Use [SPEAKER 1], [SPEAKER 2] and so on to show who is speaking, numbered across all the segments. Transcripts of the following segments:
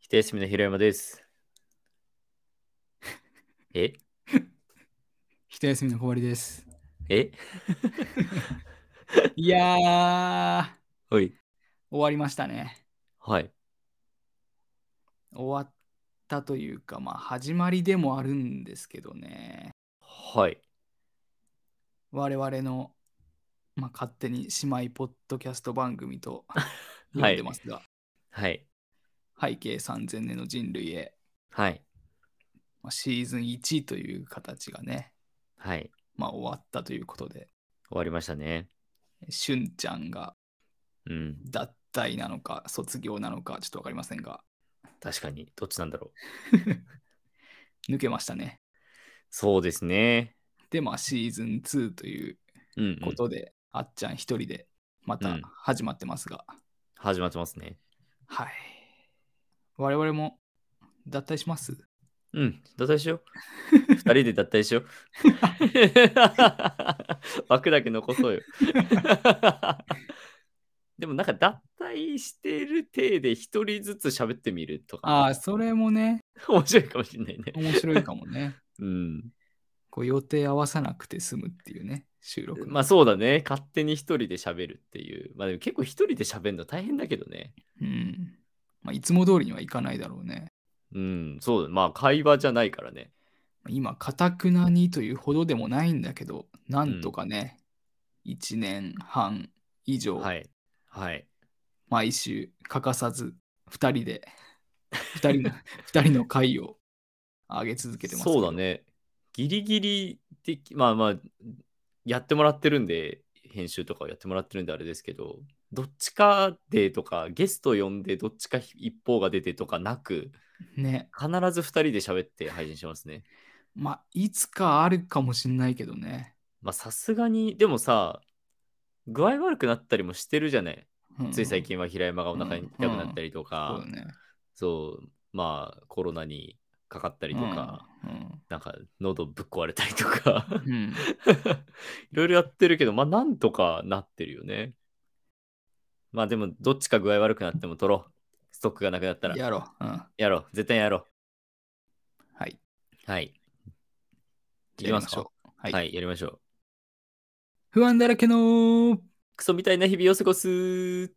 [SPEAKER 1] ひてすみのひろやまです。え
[SPEAKER 2] 一休みの小割です。
[SPEAKER 1] え
[SPEAKER 2] いやー、
[SPEAKER 1] おい。
[SPEAKER 2] 終わりましたね。
[SPEAKER 1] はい。
[SPEAKER 2] 終わったというか、まあ、始まりでもあるんですけどね。
[SPEAKER 1] はい。
[SPEAKER 2] 我々の、まあ、勝手に姉妹ポッドキャスト番組と
[SPEAKER 1] い
[SPEAKER 2] 呼んでますが、
[SPEAKER 1] はい。
[SPEAKER 2] 背景3000年の人類へ、
[SPEAKER 1] はい。
[SPEAKER 2] まあ、シーズン1という形がね、
[SPEAKER 1] はい。
[SPEAKER 2] まあ、終わったということで、
[SPEAKER 1] 終わりましたね。
[SPEAKER 2] しゅんちゃんが
[SPEAKER 1] うん。
[SPEAKER 2] 脱退なのか、卒業なのか、ちょっとわかりませんが、
[SPEAKER 1] 確かに。どっちなんだろう。
[SPEAKER 2] 抜けましたね。
[SPEAKER 1] そうですね。
[SPEAKER 2] で、まあ、シーズン2という
[SPEAKER 1] うん、うん
[SPEAKER 2] ことで、あっちゃん一人でま
[SPEAKER 1] う
[SPEAKER 2] た
[SPEAKER 1] ん
[SPEAKER 2] 始まってますが、
[SPEAKER 1] 始まってますね。
[SPEAKER 2] はい。我々も脱退します
[SPEAKER 1] うん。脱退しよう。二 人で脱退しよう。 枠だけ残そうよ。 でもなんか脱退してる体で一人ずつ喋ってみるとか。
[SPEAKER 2] ああ、それもね、
[SPEAKER 1] 面白いかもしれないね。
[SPEAKER 2] 面白いか もね。
[SPEAKER 1] うん。
[SPEAKER 2] こう予定合わさなくて済むっていうね、収録の。
[SPEAKER 1] まあそうだね。勝手に一人で喋るっていう。まあでも結構一人で喋るの大変だけどね。
[SPEAKER 2] うん。まあ、いつも通りにはいかないだろうね。
[SPEAKER 1] うん、そうだ。まあ会話じゃないからね。
[SPEAKER 2] 今、かたくなにというほどでもないんだけど、なんとかね、1年半以上、
[SPEAKER 1] はい。はい。
[SPEAKER 2] 毎週欠かさず2人で、2人の、二人の回を上げ続けてますけど。
[SPEAKER 1] そうだね。ギリギリでき、まあまあ、やってもらってるんで、編集とかをやってもらってるんであれですけど、どっちかでとか、ゲスト呼んでどっちか一方が出てとかなく、
[SPEAKER 2] ね。
[SPEAKER 1] 必ず二人で喋って配信しますね。
[SPEAKER 2] まあ、いつかあるかもしんないけどね。
[SPEAKER 1] まあさすがに、でもさ、具合悪くなったりもしてるじゃない。
[SPEAKER 2] うん
[SPEAKER 1] つい最。近は平山がお腹痛くなったりと
[SPEAKER 2] そう
[SPEAKER 1] か、
[SPEAKER 2] だね。
[SPEAKER 1] そう、まあコロナにかかったりとか、
[SPEAKER 2] うん。
[SPEAKER 1] なんか喉ぶっ壊れたりとか、
[SPEAKER 2] うんうん
[SPEAKER 1] いろいろやってるけど、まあなんとかなってるよね。まあでも、どっちか具合悪くなっても取ろう。ストックがなくなったら。
[SPEAKER 2] やろう。うん。
[SPEAKER 1] やろう。絶対やろ
[SPEAKER 2] はい。
[SPEAKER 1] う。はい。い
[SPEAKER 2] や
[SPEAKER 1] き
[SPEAKER 2] り
[SPEAKER 1] ま
[SPEAKER 2] ますし
[SPEAKER 1] か
[SPEAKER 2] ょう。はい。
[SPEAKER 1] はい、やりましょう。
[SPEAKER 2] 不安だらけのー
[SPEAKER 1] クソみたいな日々を過ごす。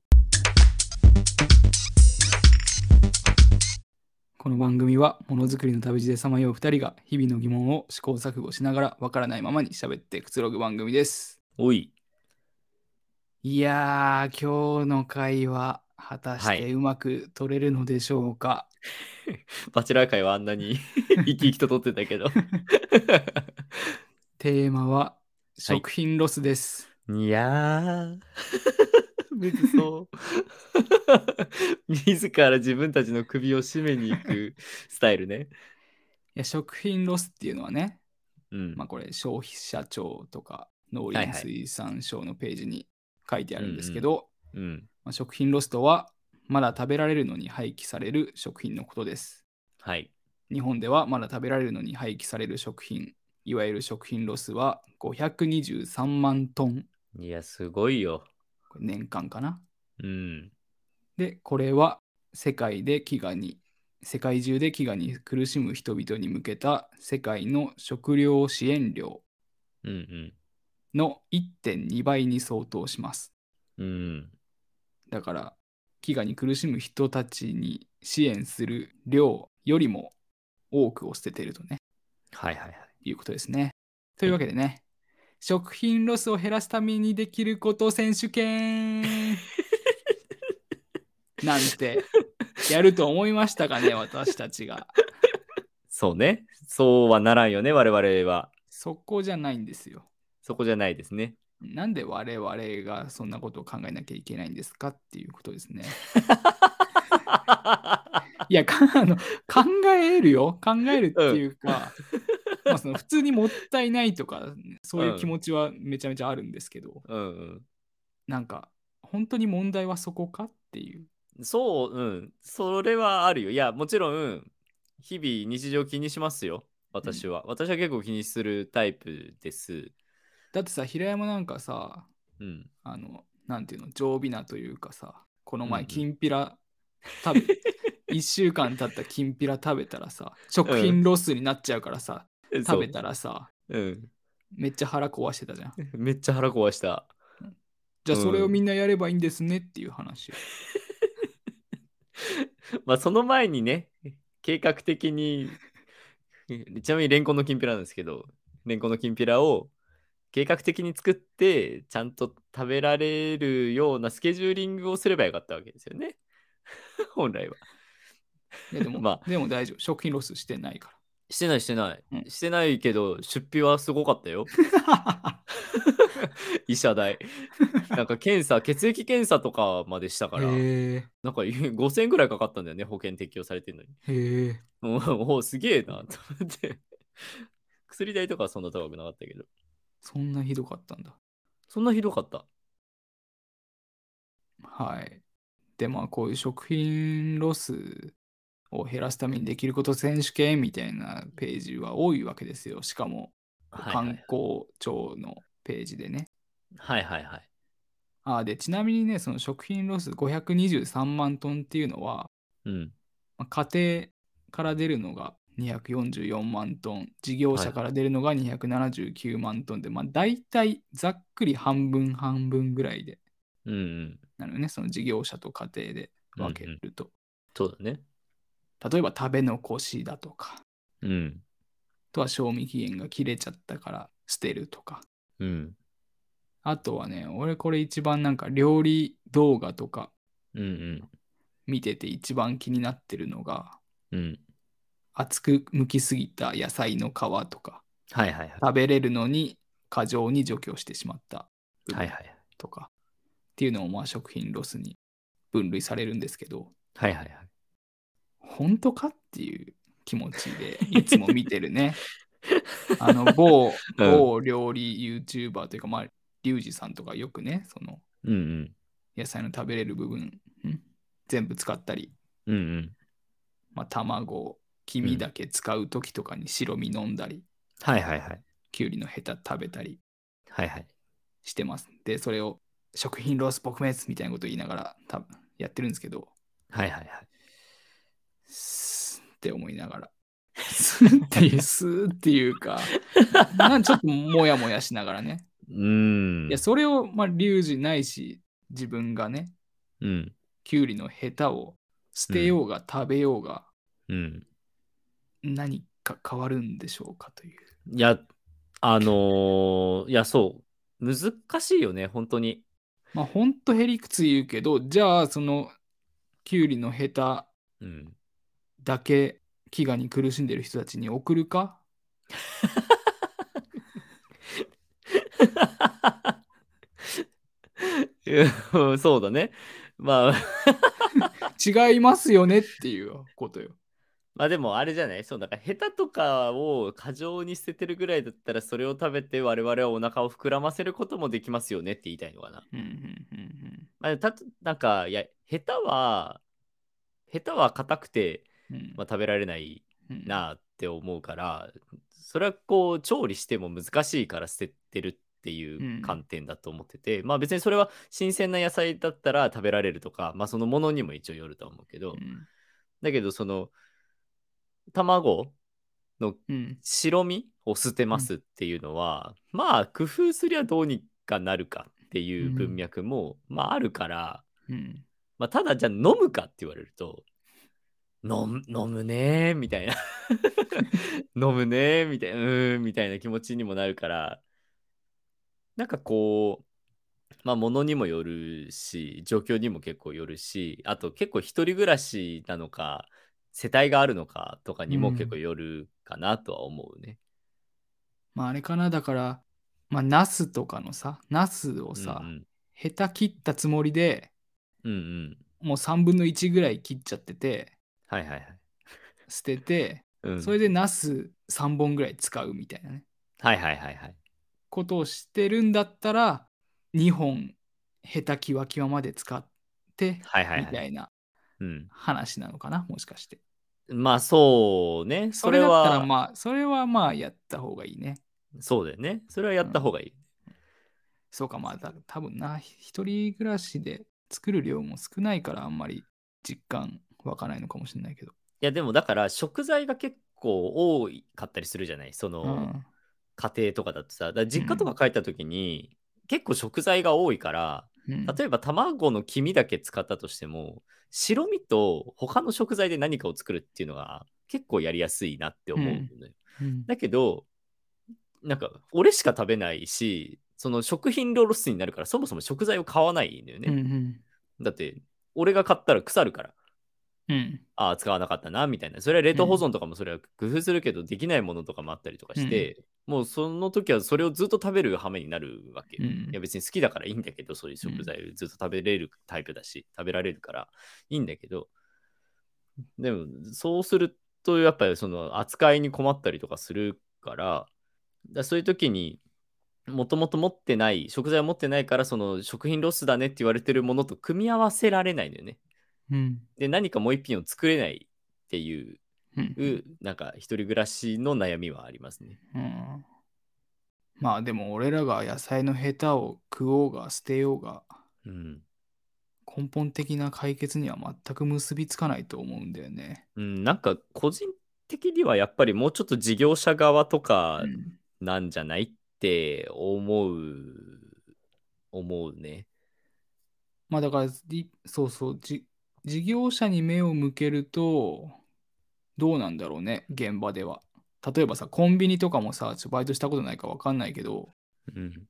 [SPEAKER 2] この番組は、ものづくりの旅路でさまよう2人が、日々の疑問を試行錯誤しながら、わからないままに喋ってくつろぐ番組です。
[SPEAKER 1] おい。
[SPEAKER 2] いやー、今日の会は、果たし
[SPEAKER 1] は
[SPEAKER 2] て
[SPEAKER 1] いう
[SPEAKER 2] まく取れるのでしょうか。
[SPEAKER 1] バチェラー界はあんなに 生き生きと撮ってたけど。
[SPEAKER 2] テーマは、食品ロスです。
[SPEAKER 1] いやー、むずそう。 自ら自分たちの首を絞めに行くスタイルね。
[SPEAKER 2] いや食品ロスっていうのはね、
[SPEAKER 1] うん。
[SPEAKER 2] まあ、これ消費者庁とか農
[SPEAKER 1] はい
[SPEAKER 2] 林
[SPEAKER 1] はい
[SPEAKER 2] 水産省のページに書いてあるんですけど、
[SPEAKER 1] うん。
[SPEAKER 2] まあ、食品ロスとはまだ食べられるのに廃棄される食品のことです。
[SPEAKER 1] はい。
[SPEAKER 2] 日本ではまだ食べられるのに廃棄される食品、いわゆる食品ロスは523万トン、
[SPEAKER 1] いや、すごいよ。
[SPEAKER 2] これ年間かな。
[SPEAKER 1] うん。
[SPEAKER 2] で、これは世界で飢餓に、世界中で飢餓に苦しむ人々に向けた世界の食料支援量
[SPEAKER 1] うん
[SPEAKER 2] の1.2倍に相当します。
[SPEAKER 1] うん。うん。
[SPEAKER 2] だから、飢餓に苦しむ人たちに支援する量よりも多くを捨てているとね、
[SPEAKER 1] はいはいはい。
[SPEAKER 2] いうことですね。というわけでね、食品ロスを減らすためにできること選手権なんてやると思いましたかね、私たちが。
[SPEAKER 1] そうね。そうはならんよね、我々は。
[SPEAKER 2] そこじゃないんですよ。
[SPEAKER 1] そこじゃないですね。
[SPEAKER 2] なんで我々がそんなことを考えなきゃいけないんですかっていうことですね。いやか あの考えるよ考えるっていうか、まあその普通にもったいないとかそういう気持ちはめちゃめちゃあるんですけど、
[SPEAKER 1] うん
[SPEAKER 2] なんか本当に問題はそこかっていう。
[SPEAKER 1] うん。そう、うん。それはあるよ。いや、もちろん、日々日常気にしますよ。私は。私は結構気にするタイプです。
[SPEAKER 2] だってさ平山なんかさ
[SPEAKER 1] うん。
[SPEAKER 2] あのなんていうの常備なというかさこの前
[SPEAKER 1] うんうん
[SPEAKER 2] きんぴら食べ、 1週間経ったきんぴら食べたらさ食品ロスになっちゃうからさ、食べたらさ
[SPEAKER 1] そう、うん、
[SPEAKER 2] めっちゃ腹壊してたじゃん
[SPEAKER 1] めっちゃ腹壊した
[SPEAKER 2] じゃあ
[SPEAKER 1] うん
[SPEAKER 2] それをみんなやればいいんですねっていう話、
[SPEAKER 1] まあその前にね計画的に ちなみにレンコンのきんぴらなんですけどレンコンのきんぴらを計画的に作ってちゃんと食べられるようなスケジューリングをすればよかったわけですよね 本来はい
[SPEAKER 2] やでも、
[SPEAKER 1] ま
[SPEAKER 2] でも大丈夫食品ロスしてないか
[SPEAKER 1] してないしてない、
[SPEAKER 2] うん
[SPEAKER 1] してないけど出費はすごかったよ
[SPEAKER 2] ら
[SPEAKER 1] 医者代なんか検査血液検査とかまでしたから、
[SPEAKER 2] へ
[SPEAKER 1] なんか5000円ぐら いかかったんだよね保険適用されてるのに
[SPEAKER 2] えへえ
[SPEAKER 1] おおすげえなと思って薬代とかはそんな高くなかったけど
[SPEAKER 2] そんなひどかったんだ
[SPEAKER 1] そんなひどかった
[SPEAKER 2] はいでまあこういう食品ロスを減らすためにできること選手権みたいなページは多いわけですよしかも
[SPEAKER 1] はいは
[SPEAKER 2] 観
[SPEAKER 1] い
[SPEAKER 2] 光庁のページでね、
[SPEAKER 1] はいはいはい
[SPEAKER 2] あーでちなみにねその食品ロス523万トンっていうのは、
[SPEAKER 1] うん
[SPEAKER 2] まあ家庭から出るのが244万トン事業者から出るのが279万トンで、まあ大体ざっくり半分半分ぐらいで
[SPEAKER 1] うんうん
[SPEAKER 2] なのよねその事業者と家庭で分けると、
[SPEAKER 1] そうだね
[SPEAKER 2] 例えば食べ残しだとかあ
[SPEAKER 1] うん
[SPEAKER 2] とは賞味期限が切れちゃったから捨てるとか
[SPEAKER 1] うん
[SPEAKER 2] あとはね俺これ一番なんか料理動画とか
[SPEAKER 1] うんうん
[SPEAKER 2] 見てて一番気になってるのが
[SPEAKER 1] うん
[SPEAKER 2] 厚く剥きすぎた野菜の皮とか
[SPEAKER 1] はいはいは
[SPEAKER 2] 食べれるのに過剰に除去してしまった
[SPEAKER 1] いはいはい
[SPEAKER 2] とかっていうのもまあ食品ロスに分類されるんですけど
[SPEAKER 1] はいはいはい
[SPEAKER 2] 本当かっていう気持ちでいつも見てる ねあの某
[SPEAKER 1] うん
[SPEAKER 2] 某料理 YouTuber というかまあリュウジさんとかよくねその
[SPEAKER 1] うんうん
[SPEAKER 2] 野菜の食べれる部分ん全部使ったり、
[SPEAKER 1] うんうん
[SPEAKER 2] まあ、卵黄身だけ使う時とかに白身飲んだり
[SPEAKER 1] はいはいはい
[SPEAKER 2] きゅうりのヘタ食べたり
[SPEAKER 1] はいはい
[SPEAKER 2] してます。で、それを食品ロス撲滅みたいなこと言いながら多分やってるんですけど、
[SPEAKER 1] はいはいはい
[SPEAKER 2] スーって思いながら。 スーっていう、スーっていうか、なんちょっともやもやしながらね。
[SPEAKER 1] うーん
[SPEAKER 2] いや、それを、まあ、リュウジないし、自分がね、
[SPEAKER 1] うん
[SPEAKER 2] キュウリのヘタを捨てようが食べようが、
[SPEAKER 1] うん
[SPEAKER 2] 何か変わるんでしょうかという。
[SPEAKER 1] いや、あのーいや、そう。難しいよね、本当に。
[SPEAKER 2] まあ、ほんとへりくつ言うけど、じゃあ、その、キュウリのヘタ
[SPEAKER 1] うん。
[SPEAKER 2] だけ飢餓に苦しんでる人たちに送るか
[SPEAKER 1] いやそうだね。まあ、
[SPEAKER 2] 違いますよねっていうことよ。
[SPEAKER 1] まあでもあれじゃないそう、だから下手とかを過剰に捨ててるぐらいだったら、それを食べて我々はお腹を膨らませることもできますよねって言いたいのかな。
[SPEAKER 2] うんうんうん
[SPEAKER 1] まあ、たとなんか、いや、下手は、下手は硬くて、
[SPEAKER 2] うんうん
[SPEAKER 1] まあ、食べられない
[SPEAKER 2] うん
[SPEAKER 1] なあって思うからそれはこう調理しても難しいから捨ててるっていう観点だと思ってて、まあ別にそれは新鮮な野菜だったら食べられるとかまあそのものにも一応よるとは思うけど、
[SPEAKER 2] うん
[SPEAKER 1] だけどその卵の
[SPEAKER 2] うん
[SPEAKER 1] 白身を捨てますっていうのは、まあ工夫すりゃどうにかなるかっていう文脈も、まああるから、
[SPEAKER 2] うん
[SPEAKER 1] まあ、ただじゃあ飲むかって言われると飲む飲むねーみ たいな飲むねーみたいなうーんみたいな気持ちにもなるからなんかこうまあ物にもよるし状況にも結構よるしあと結構一人暮らしなのか世帯があるのかとかにも結構よるかなとは思うね。
[SPEAKER 2] まああれかなだから、まあ、ナスとかのさナスをさ、
[SPEAKER 1] うん
[SPEAKER 2] ヘタ切ったつもりで
[SPEAKER 1] うん、うんうん
[SPEAKER 2] もう3分の1ぐらい切っちゃってて
[SPEAKER 1] はいはいはい。
[SPEAKER 2] 捨てて、
[SPEAKER 1] うん、
[SPEAKER 2] それでナス3本ぐらい使うみたいなね
[SPEAKER 1] はいはいはいはい。
[SPEAKER 2] ことをしてるんだったら2本ヘタキワキワまで使って
[SPEAKER 1] はいはい
[SPEAKER 2] み
[SPEAKER 1] は
[SPEAKER 2] た
[SPEAKER 1] い。
[SPEAKER 2] いな
[SPEAKER 1] うん、
[SPEAKER 2] 話なのかなもしかして。
[SPEAKER 1] まあそうね。
[SPEAKER 2] そ
[SPEAKER 1] そ
[SPEAKER 2] れ
[SPEAKER 1] れ
[SPEAKER 2] だった
[SPEAKER 1] は
[SPEAKER 2] らまあそれはまあやった方がいいね。
[SPEAKER 1] そうだよね。それはやった方がいい。
[SPEAKER 2] そうかまあだ多分なひ一人暮らしで作る量も少ないからあんまり実感湧かないのかもしれないけど。
[SPEAKER 1] いやでもだから食材が結構多かったりするじゃないその、
[SPEAKER 2] うん
[SPEAKER 1] 家庭とかだとさだから実家とか帰った時に、結構食材が多いから
[SPEAKER 2] うん
[SPEAKER 1] 例えば卵の黄身だけ使ったとしても白身と他の食材で何かを作るっていうのが結構やりやすいなって思うのよ、
[SPEAKER 2] うん
[SPEAKER 1] だけどなんか俺しか食べないしその食品ロスになるからそもそも食材を買わないんだよ
[SPEAKER 2] うん
[SPEAKER 1] ね、だって俺が買ったら腐るから
[SPEAKER 2] うんうん
[SPEAKER 1] ああ、使わなかったな、みたいな。それは冷凍保存とかもそれは工夫するけど、できないものとかもあったりとかして、もうその時はそれをずっと食べる羽目になるわけ。
[SPEAKER 2] うん
[SPEAKER 1] いや別に好きだからいいんだけど、そういう食材をずっと食べれるタイプだし、食べられるからいいんだけど、でもそうすると、やっぱりその扱いに困ったりとかするから、だからそういう時に、もともと持ってない、食材を持ってないから、その食品ロスだねって言われてるものと組み合わせられないのよね。
[SPEAKER 2] うん
[SPEAKER 1] で何かもう一品を作れないっていう
[SPEAKER 2] うん
[SPEAKER 1] なんか一人暮らしの悩みはありますね。
[SPEAKER 2] うんまあでも俺らが野菜のヘタを食おうが捨てようが
[SPEAKER 1] うん、
[SPEAKER 2] 根本的な解決には全く結びつかないと思うんだよね。
[SPEAKER 1] うん、なんか個人的にはやっぱりもうちょっと事業者側とか
[SPEAKER 2] うん
[SPEAKER 1] なんじゃないって思う、思うね。
[SPEAKER 2] まあだからりそうそうじ事業者に目を向けるとどうなんだろうね現場では。例えばさコンビニとかもさちょっとバイトしたことないか分かんないけど
[SPEAKER 1] うん、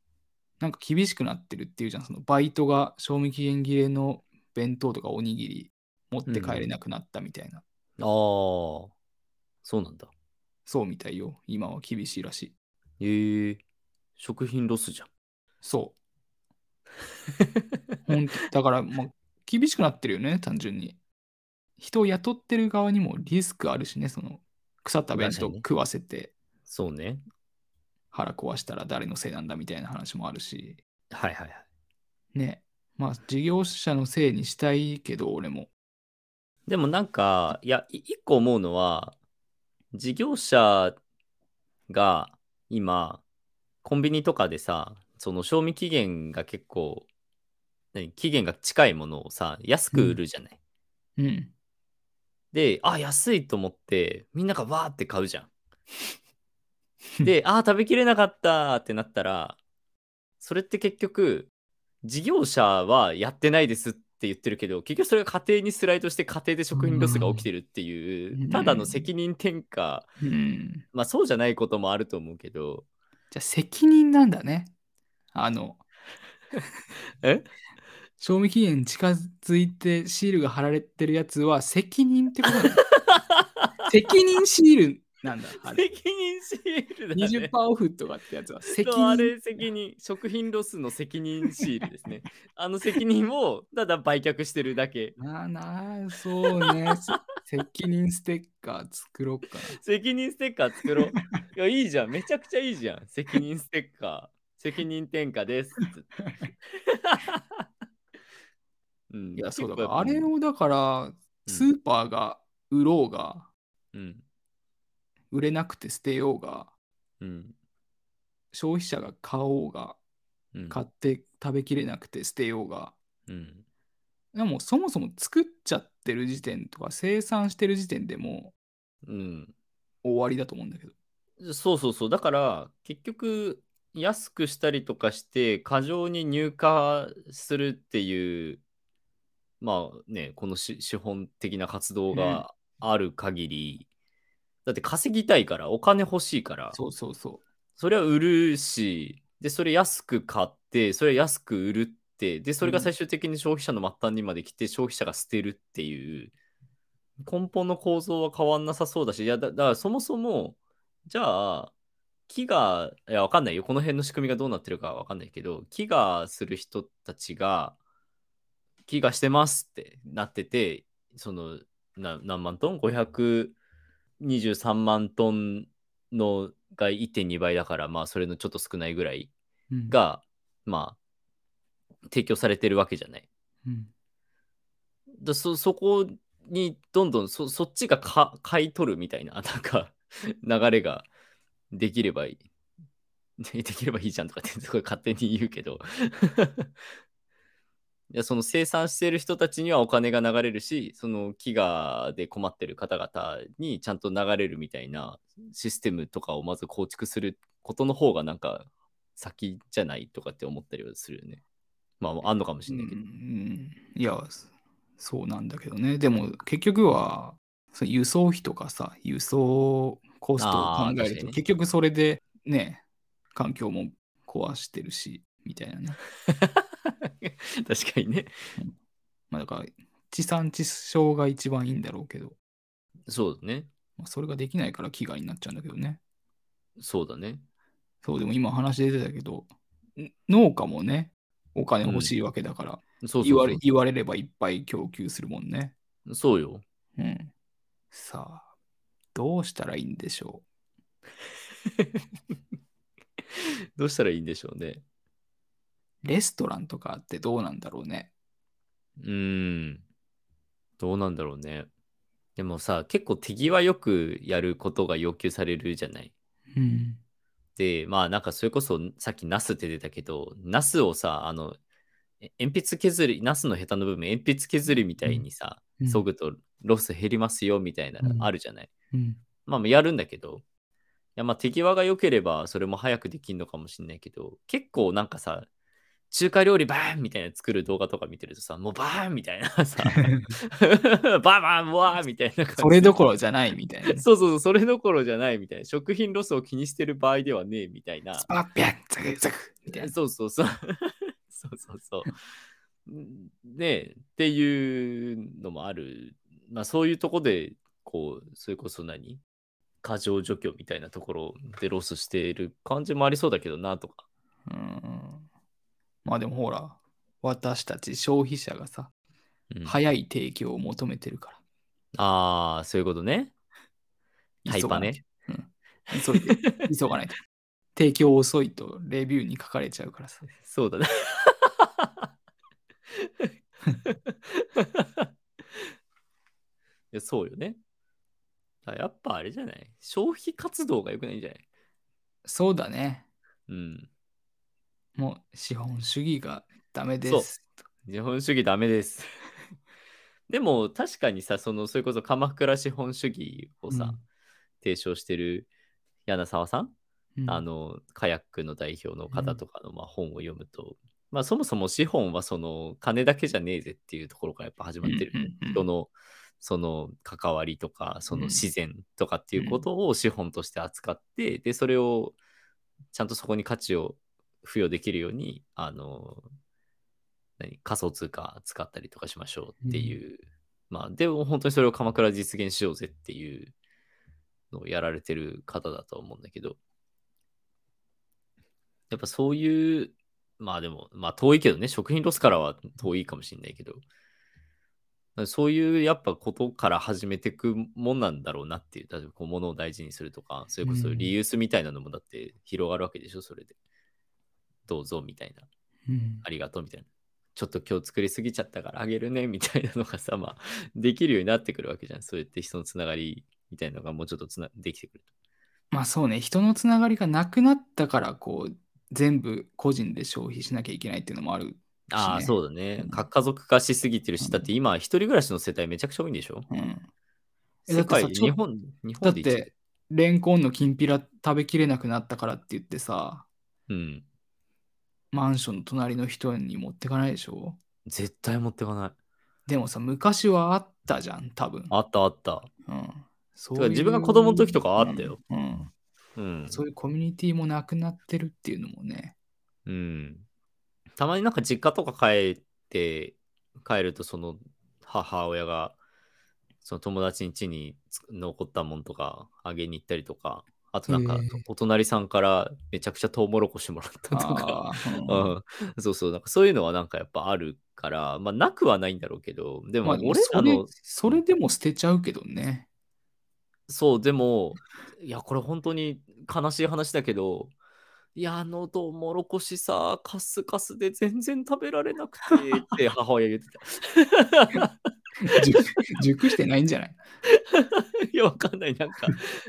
[SPEAKER 2] なんか厳しくなってるっていうじゃんそのバイトが賞味期限切れの弁当とかおにぎり持って帰れなくなったみたいな、
[SPEAKER 1] ああ、そうなんだ。
[SPEAKER 2] そうみたいよ今は厳しいらしい。
[SPEAKER 1] えー、食品ロスじゃん。
[SPEAKER 2] そう。本当だから、まあ、厳しくなってるよね、単純に。人を雇ってる側にもリスクあるしね、その腐った弁
[SPEAKER 1] 確
[SPEAKER 2] 当
[SPEAKER 1] かにね
[SPEAKER 2] 食わせて
[SPEAKER 1] そうね。
[SPEAKER 2] 腹壊したら誰のせいなんだみたいな話もあるし、
[SPEAKER 1] はいはいはい。
[SPEAKER 2] ね。まあ、事業者のせいにしたいけど、俺も。
[SPEAKER 1] でもなんか、いや、い一個思うのは、事業者が今、コンビニとかでさ、その賞味期限が結構、何期限が近いものをさ、安く売るじゃない。
[SPEAKER 2] うん。
[SPEAKER 1] で、あ、安いと思って、みんながわーって買うじゃん。で、あー、食べきれなかったってなったら、それって結局、事業者はやってないですって言ってるけど、結局それが家庭にスライドして家庭で食品ロスが起きてるっていう、
[SPEAKER 2] うん
[SPEAKER 1] ただの責任転嫁、
[SPEAKER 2] うん。
[SPEAKER 1] まあそうじゃないこともあると思うけど、。
[SPEAKER 2] じゃあ、責任なんだね。あの
[SPEAKER 1] え
[SPEAKER 2] 賞味期限近づいてシールが貼られてるやつは責任ってこと なの責任シールなんだ。あれ
[SPEAKER 1] 責任シールだ
[SPEAKER 2] 20%
[SPEAKER 1] ね。
[SPEAKER 2] オフとかってやつは責
[SPEAKER 1] そうあ
[SPEAKER 2] 任。
[SPEAKER 1] れ責任食品ロスの責任シールですね。あの責任をただ売却してるだけ。
[SPEAKER 2] なあなあ、そう ね。せ責任ステッカー作ろうか
[SPEAKER 1] 責任ステッカー作ろう。いや、いいじゃん。めちゃくちゃいいじゃん。責任ステッカー。責任転嫁 です。つってうん、
[SPEAKER 2] な。いや、そうだか
[SPEAKER 1] 結構
[SPEAKER 2] ら、あれ
[SPEAKER 1] やっぱ
[SPEAKER 2] をだから、
[SPEAKER 1] うん
[SPEAKER 2] スーパーが売ろうが、
[SPEAKER 1] うん。
[SPEAKER 2] 売れなくて捨てようが、
[SPEAKER 1] うん。
[SPEAKER 2] 消費者が買おうが、
[SPEAKER 1] うん。
[SPEAKER 2] 買って食べきれなくて捨てようが、
[SPEAKER 1] うん。
[SPEAKER 2] でもそもそも作っちゃってる時点とか、生産してる時点でも
[SPEAKER 1] うん。
[SPEAKER 2] う終わりだと思うんだけど。
[SPEAKER 1] そうそうそう。だから、結局、安くしたりとかして、過剰に入荷するっていう、まあね、このし資本的な活動がある限り、だって稼ぎたいから、お金欲しいから、
[SPEAKER 2] そうそうそ。
[SPEAKER 1] それは売るし、で、それ安く買って、それ安く売るって、で、それが最終的に消費者の末端にまで来て、消費者が捨てるっていう、根本の構造は変わんなさそうだし、いや、だだからそもそも、じゃあ、木が、いや、わかんないよ。この辺の仕組みがどうなってるかわかんないけど、木がする人たちが、木がしてますってなってて、その、な何万トン ?523 万トンのが1.2倍だから、まあ、それのちょっと少ないぐらいう
[SPEAKER 2] うん、
[SPEAKER 1] が、まあ、提供されてるわけじゃない。
[SPEAKER 2] うん、
[SPEAKER 1] だそそこにどんどんそそっちがか買い取るみたいな、なん か流れができればい い。でできればいいじゃんとかってすごい勝手に言うけど いやその生産してる人たちにはお金が流れるし、その飢餓で困ってる方々にちゃんと流れるみたいなシステムとかをまず構築することの方がなんか先じゃないとかって思ったりはするよね。まあ、あんのかもしれないけど。
[SPEAKER 2] うんいや、そうなんだけどね。でも結局は、その輸送費とかさ、輸送コストを考
[SPEAKER 1] あー
[SPEAKER 2] え
[SPEAKER 1] 確
[SPEAKER 2] る
[SPEAKER 1] か
[SPEAKER 2] と、
[SPEAKER 1] にね
[SPEAKER 2] 結局それでね、環境も壊してるし、みたいなね。
[SPEAKER 1] 確かにね。
[SPEAKER 2] まあだから、地産地消が一番いいんだろうけど、
[SPEAKER 1] そうだね。
[SPEAKER 2] まあ、それができないから飢餓になっちゃうんだけどね。
[SPEAKER 1] そうだね。
[SPEAKER 2] そう、でも今話出てたけど、ん農家もね、お金欲しいわけだから、
[SPEAKER 1] そうそうそう
[SPEAKER 2] 言われ言われればいっぱい供給するもんね。
[SPEAKER 1] そうよ。
[SPEAKER 2] うん。さあ、どうしたらいいんでしょ
[SPEAKER 1] どうしたらいいんでしょうね。
[SPEAKER 2] う。レストランとかってどうなんだろうね。
[SPEAKER 1] うーん。どうなんだろうね。でもさ、結構手際よくやることが要求されるじゃない。
[SPEAKER 2] うん。
[SPEAKER 1] で、まあなんかそれこそさっきナスって出たけど、ナスをさ、あの、え鉛筆削り、ナスのヘタの部分、鉛筆削りみたいにさ、削ぐとロス減りますよみたいな
[SPEAKER 2] うん
[SPEAKER 1] のあるじゃない。
[SPEAKER 2] うん。
[SPEAKER 1] まあやるんだけど、いやまあ手際が良ければそれも早くできるのかもしれないけど、結構なんかさ、中華料理バーンみたいな作る動画とか見てるとさ、もうバーンみたいな さ、バーバーンわーみたいな感じで
[SPEAKER 2] それどころじゃないみたい な。
[SPEAKER 1] そうそうそう、それどころじゃないみたいな。食品ロスを気にしてる場合ではねえみたいな
[SPEAKER 2] ス。パッピャンザクザクみたいな。
[SPEAKER 1] そうそうそう。 そうそうそう。んねえ、っていうのもある。まあそういうとこで、こう、それこそ何過剰除去みたいなところでロスしている感じもありそうだけどなとか。
[SPEAKER 2] うん。まあでもほら、私たち消費者がさ、
[SPEAKER 1] うん
[SPEAKER 2] 早い提供を求めてるか
[SPEAKER 1] ああ、そういうことね。
[SPEAKER 2] ら。
[SPEAKER 1] タイパね
[SPEAKER 2] 急がないと。うん。 急いで、急がないと。提供遅いとレビューに書かれちゃうからさ。
[SPEAKER 1] そうだね。 いやそうよね。あやっぱあれじゃない消費活動が良くないんじゃない
[SPEAKER 2] そうだね。
[SPEAKER 1] うん。
[SPEAKER 2] もう資本主義がダメで
[SPEAKER 1] そう
[SPEAKER 2] す。
[SPEAKER 1] 資本主義ダメです。 でも確かにさ、そのそれこそ鎌倉資本主義をさ、提唱してる柳沢さん
[SPEAKER 2] うん、うん
[SPEAKER 1] あのカヤックの代表の方とかのまあ本を読むと、まあ、そもそも資本はその金だけじゃねえぜっていうところからやっぱ始まってるよね、
[SPEAKER 2] うんうんうん
[SPEAKER 1] 人のその関わりとかその
[SPEAKER 2] うん
[SPEAKER 1] 自然とかっていうことを資本として扱って、でそれをちゃんとそこに価値を付与できるようにあの何仮想通貨使ったりとかしましょうっていう、まあでも本当にそれを鎌倉実現しようぜっていうのをやられてる方だと思うんだけどやっぱそういう、まあでも、まあ遠いけどね、食品ロスからは遠いかもしれないけど、そういうやっぱことから始めていくもんなんだろうなっていう、例えばこう物を大事にするとか、それこそ
[SPEAKER 2] うん
[SPEAKER 1] リユースみたいなのもだって広がるわけでしょ、それで。どうぞみたいな、
[SPEAKER 2] うん
[SPEAKER 1] ありがとうみたいな。ちょっと今日作りすぎちゃったからあげるねみたいなのがさ、まあ、できるようになってくるわけじゃん。そうやって人のつながりみたいなのがもうちょっとつなできてくると。
[SPEAKER 2] まあそうね、人のつながりがなくなったから、こう、全部個人で消費しなきゃいけないっていうのもある。
[SPEAKER 1] ああ、
[SPEAKER 2] しね
[SPEAKER 1] そうだね
[SPEAKER 2] うん。
[SPEAKER 1] か家族化しすぎてる
[SPEAKER 2] うん
[SPEAKER 1] し、だって今、一人暮らしの世帯めちゃくちゃ多いんでしょ
[SPEAKER 2] うん、えだ
[SPEAKER 1] 世
[SPEAKER 2] ってさ
[SPEAKER 1] 界、
[SPEAKER 2] ちょ
[SPEAKER 1] 日本、日
[SPEAKER 2] だっ
[SPEAKER 1] 本で一
[SPEAKER 2] て、レンコンのきんぴら食べきれなくなったからって言ってさ、
[SPEAKER 1] うん。
[SPEAKER 2] マンションの隣の人に持ってかないでしょ
[SPEAKER 1] 絶対持ってかない。
[SPEAKER 2] でもさ、昔はあったじゃん、多分。
[SPEAKER 1] あったあった。
[SPEAKER 2] うん、そ
[SPEAKER 1] てか自分が子供の時とかはあったよ、
[SPEAKER 2] うんうん
[SPEAKER 1] うん。
[SPEAKER 2] そういうコミュニティもなくなってるっていうのもね。
[SPEAKER 1] うん。たまになんか実家とか帰って、帰るとその母親が、その友達ん家につ残ったもんとかあげに行ったりとか、あとなん
[SPEAKER 2] へ
[SPEAKER 1] か
[SPEAKER 2] え
[SPEAKER 1] お隣さんからめちゃくちゃトウモロコシもらったとか。
[SPEAKER 2] あーうん
[SPEAKER 1] うん、そうそう、なんかそういうのはなんかやっぱあるから、まあなくはないんだろうけど、でも
[SPEAKER 2] まあ、
[SPEAKER 1] 俺
[SPEAKER 2] そ
[SPEAKER 1] ら
[SPEAKER 2] れ
[SPEAKER 1] の、
[SPEAKER 2] それでも捨てちゃうけどね。
[SPEAKER 1] そう、でも、いや、これ本当に悲しい話だけど、いや、あのトウモロコシさ、カスカスで全然食べられなくて って母親言ってた。
[SPEAKER 2] 熟熟してないんじゃない
[SPEAKER 1] いや、わかんない。なんか、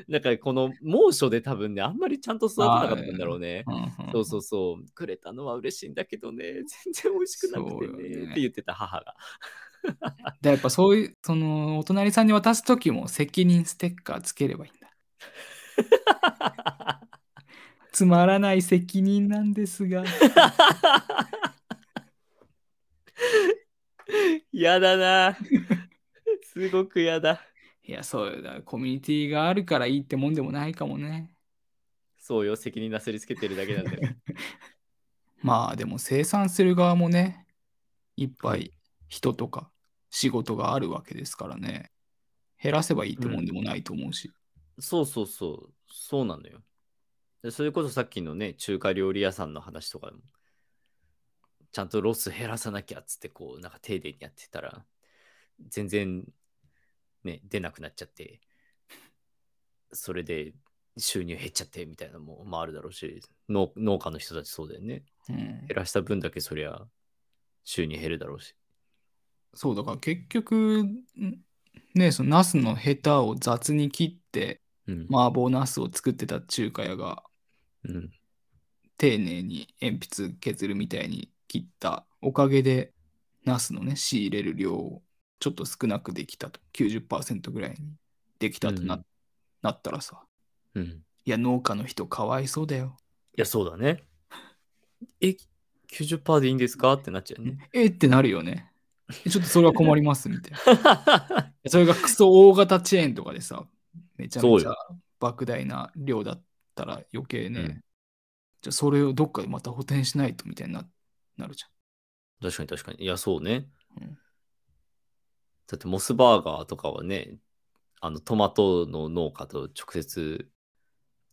[SPEAKER 1] なんかこの猛暑で多分ね、あんまりちゃんと育てなかったんだろうね。そうそうそう。くれたのは嬉しいんだけどね、全然美味しくなくて
[SPEAKER 2] そう
[SPEAKER 1] ね
[SPEAKER 2] よね
[SPEAKER 1] って言ってた母が。
[SPEAKER 2] でやっぱそういう、その、お隣さんに渡す時も責任ステッカーつければいいん だ。つまらない責任なんですが。
[SPEAKER 1] やだな。すごくやだ。
[SPEAKER 2] いや、そうよだ。コミュニティがあるからいいってもんでもないかもね。
[SPEAKER 1] そうよ、責任なすりつけてるだけなんだよ。
[SPEAKER 2] まあでも生産する側もね、いっぱい人とか仕事があるわけですからね。減らせばいいってもんでもないと思うし。
[SPEAKER 1] そうそうそう、そうなのよ。でそれこそさっきのね、中華料理屋さんの話とかも、ちゃんとロス減らさなきゃっつって、こう、なんか丁寧にやってたら、全然、ね、出なくなっちゃって、それで収入減っちゃってみたいなのも、まあ、あるだろうし農、農家の人たちそうだよね。
[SPEAKER 2] うん
[SPEAKER 1] 減らした分だけそりゃ、収入減るだろうし。
[SPEAKER 2] そうだから結局んねそのナスのヘタを雑に切って
[SPEAKER 1] うん。
[SPEAKER 2] 麻婆ナスを作ってた中華屋が
[SPEAKER 1] うん、
[SPEAKER 2] 丁寧に鉛筆削るみたいに切ったおかげでナスのね仕入れる量をちょっと少なくできたと90%ぐらいにできたとな,、
[SPEAKER 1] うん
[SPEAKER 2] なったらさ
[SPEAKER 1] うん。い
[SPEAKER 2] いや農家の人かわいそうだよ
[SPEAKER 1] や、そうだね。え、90%でいいんですかってなっちゃうね。
[SPEAKER 2] えってなるよねえちょっとそれは困りますみたいな それがクソ大型チェーンとかでさめちゃめ
[SPEAKER 1] そう
[SPEAKER 2] ちゃ
[SPEAKER 1] よ
[SPEAKER 2] 莫大な量だったら余計ね、
[SPEAKER 1] うん
[SPEAKER 2] じゃあそれをどっかでまた補填しないとみたいにななるじ
[SPEAKER 1] 確かに確かに。いや、そうね。
[SPEAKER 2] うん
[SPEAKER 1] だって、モスバーガーとかはね、あのトマトの農家と直接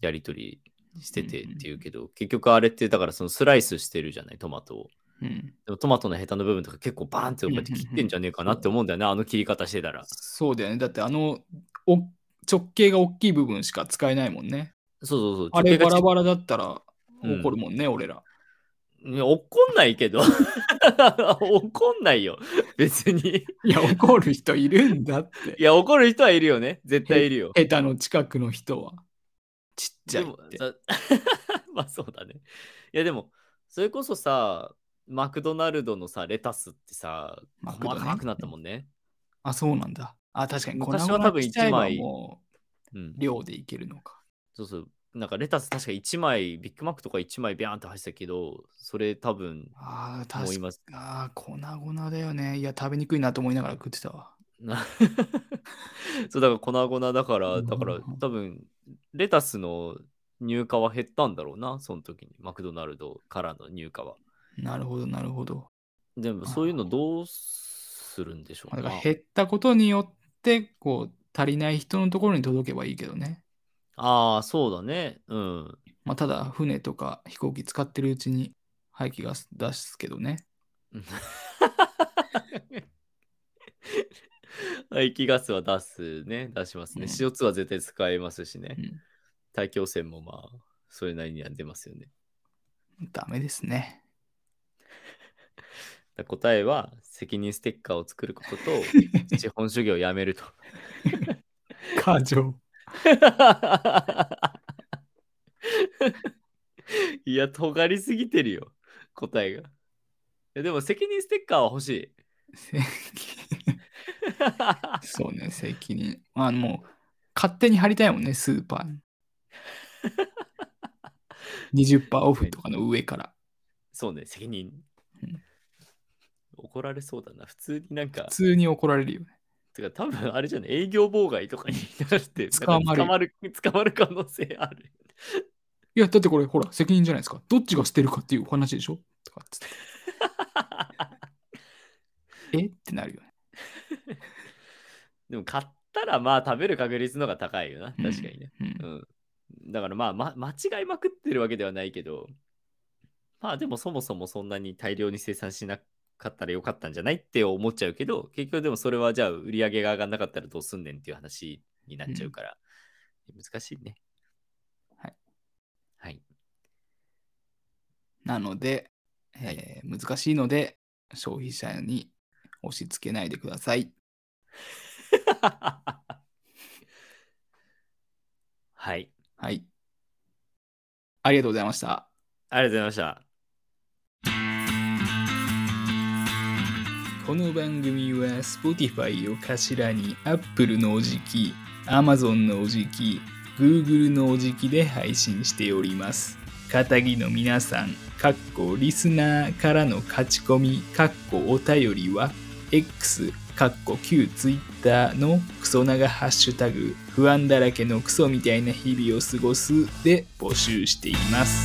[SPEAKER 1] やり取りしててっていうけど、結局あれって、だからそのスライスしてるじゃない、トマトを。
[SPEAKER 2] ゃん、うん、
[SPEAKER 1] でもトマトのヘタの部分とか結構バーンってこうやって切ってんじゃねえかなって思うんだよね、あの切り方してたら。
[SPEAKER 2] そうだよねだってあのお直径が大きい部分しか使えないもんね
[SPEAKER 1] そうそうそう。
[SPEAKER 2] あれバラ
[SPEAKER 1] ラ。
[SPEAKER 2] バラだったら
[SPEAKER 1] うん
[SPEAKER 2] 怒るもんね、俺ら
[SPEAKER 1] いや怒んないけど。 怒んないよ。別に。
[SPEAKER 2] いや怒る人いるんだっ
[SPEAKER 1] い
[SPEAKER 2] て
[SPEAKER 1] や、怒る人はいるよね。絶対いるよ。
[SPEAKER 2] 下手の近くの人はちっちゃい
[SPEAKER 1] で
[SPEAKER 2] っ
[SPEAKER 1] も
[SPEAKER 2] て
[SPEAKER 1] さ まあそうだね。いやでも、それこそさ、マクドナルドのさ、レタスってさ、
[SPEAKER 2] マクドナ
[SPEAKER 1] 細かくなったもんね。
[SPEAKER 2] あそうなんだあ確かに粉
[SPEAKER 1] 昔は多分
[SPEAKER 2] 々しちゃえば
[SPEAKER 1] 一枚
[SPEAKER 2] も
[SPEAKER 1] うん
[SPEAKER 2] う。量でいけるのか
[SPEAKER 1] そうそう。なんかレタス確か1枚、ビッグマックとか1枚ビャーンって入ってたけど、それ多分、
[SPEAKER 2] ああ、
[SPEAKER 1] もう
[SPEAKER 2] 確か
[SPEAKER 1] 今、
[SPEAKER 2] ああ、粉々だよね。いや、食べにくいなと思いながら食ってたわ。
[SPEAKER 1] な そうだから粉々だから、だから
[SPEAKER 2] うんうんうん
[SPEAKER 1] 多分、レタスの入荷は減ったんだろうな、その時に。マクドナルドからの入荷は。
[SPEAKER 2] なるほど、なるほど。
[SPEAKER 1] でもそういうのどうするんでしょ
[SPEAKER 2] ま
[SPEAKER 1] う
[SPEAKER 2] あだから
[SPEAKER 1] な
[SPEAKER 2] 減ったことによって、こう、足りない人のところに届けばいいけどね。
[SPEAKER 1] ああ、そうだね。うん。
[SPEAKER 2] まあ、ただ、船とか飛行機使ってるうちに廃棄が出すけどね。
[SPEAKER 1] 排気ガスは出すね。出しますね。
[SPEAKER 2] うん
[SPEAKER 1] CO2 は絶対使えますしね
[SPEAKER 2] う。ん、
[SPEAKER 1] 大気汚染もまあ、それなりには出ますよね。
[SPEAKER 2] ダメですね。
[SPEAKER 1] だから答えは、責任ステッカーを作る ことと、資本主義をやめると。
[SPEAKER 2] 過剰。
[SPEAKER 1] いや、尖りすぎてるよ。答えが。いやでも、責任ステッカーは欲しい。
[SPEAKER 2] 責任そうね、責任。あの、もう、勝手に貼りたいもんね、スーパーに。20%オフとかの上から。
[SPEAKER 1] そうね、責任
[SPEAKER 2] うん。
[SPEAKER 1] 怒られそうだな。普通になんか
[SPEAKER 2] 普、通に怒られるよね。
[SPEAKER 1] てか多分あれじゃない、営業妨害とかになって、
[SPEAKER 2] 捕
[SPEAKER 1] な
[SPEAKER 2] まる
[SPEAKER 1] んか捕まる、捕まる可能性ある。
[SPEAKER 2] いや、だってこれ、ほら、責任じゃないですか。どっちが捨てるかっていうお話でしょとかっつって。えってなるよね。
[SPEAKER 1] でも買ったらまあ食べる確率の方が高いよな。
[SPEAKER 2] うん
[SPEAKER 1] 確かにね。
[SPEAKER 2] うん
[SPEAKER 1] うん。だからまあ、ま、間違いまくってるわけではないけど、まあでもそもそもそんなに大量に生産しなかったらよかったんじゃないって思っちゃうけど、結局でもそれはじゃあ売り上げが上がんなかったらどうすんねんっていう話になっちゃうから、難しいね。
[SPEAKER 2] はい。
[SPEAKER 1] はい。
[SPEAKER 2] なので、えー難しいので、消費者に押し付けないでください。
[SPEAKER 1] はい。
[SPEAKER 2] はい。ありがとうございました。
[SPEAKER 1] ありがとうございました。
[SPEAKER 2] この番組は Spotify を頭に Apple のおじき、Amazon のおじき、Google のおじきで配信しております。片木の皆さん、かっこリスナーからの勝ち込み、かっこお便りは X、かっこ旧 Twitter のクソ長ハッシュタグ、不安だらけのクソみたいな日々を過ごすで募集しています。